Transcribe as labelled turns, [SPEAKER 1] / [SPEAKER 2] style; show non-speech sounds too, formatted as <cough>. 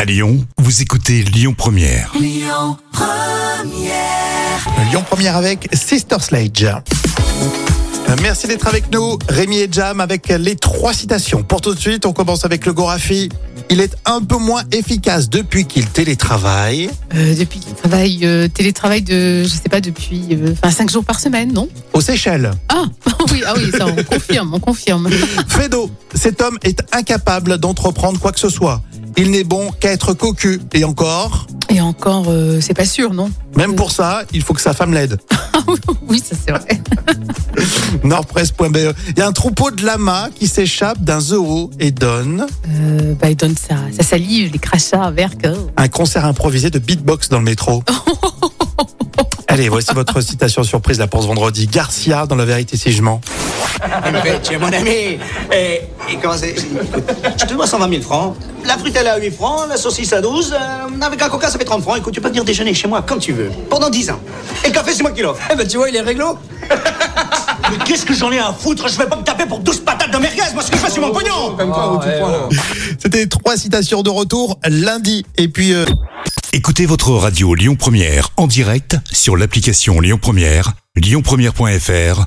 [SPEAKER 1] À Lyon, vous écoutez Lyon Première.
[SPEAKER 2] Lyon Première avec Sister Slage. Merci d'être avec nous, Rémi et Jam, avec les trois citations. Pour tout de suite, on commence avec le Gorafi. Il est un peu moins efficace depuis qu'il télétravaille.
[SPEAKER 3] Euh, depuis qu'il travaille, euh, télétravail de, je sais pas, depuis, euh, enfin, cinq jours par semaine, non
[SPEAKER 2] Aux Seychelles,
[SPEAKER 3] Ah, <laughs> oui, ah oui, ça, on confirme, on confirme.
[SPEAKER 2] Fedo, cet homme est incapable d'entreprendre quoi que ce soit. Il n'est bon qu'à être cocu. Et encore,
[SPEAKER 3] Et encore, euh, c'est pas sûr, non
[SPEAKER 2] même pour ça, il faut que sa femme l'aide.
[SPEAKER 3] Oui, ça c'est vrai.
[SPEAKER 2] Nordpresse.be. E. Il y a un troupeau de lamas qui s'échappe d'un zoo et donne
[SPEAKER 3] Euh, bah, il donne ça, ça salive, les crachats, verre, que-
[SPEAKER 2] un concert improvisé de beatbox dans le métro. Allez, voici votre citation surprise là pour ce vendredi. Garcia dans La Vérité si je mens.
[SPEAKER 4] Mais tu es mon ami. Et, et comment c'est écoute, Je te dois 120 000 francs. La frite, elle est à 8 francs, la saucisse à 12. euh, avec un coca, ça fait 30 francs. Écoute, tu peux venir déjeuner chez moi quand tu veux. Pendant 10 ans. Et le café, c'est moi qui l'offre. Eh ben, tu vois, il est réglo. Mais qu'est-ce que j'en ai à foutre Je vais pas me taper pour 12 patates de merguez. Moi, ce que je fais, c'est mon pognon.
[SPEAKER 2] C'était les trois citations de retour lundi. Et puis, euh,
[SPEAKER 1] Écoutez votre radio Lyon Première en direct sur l'application Lyon Première, lyonpremière.fr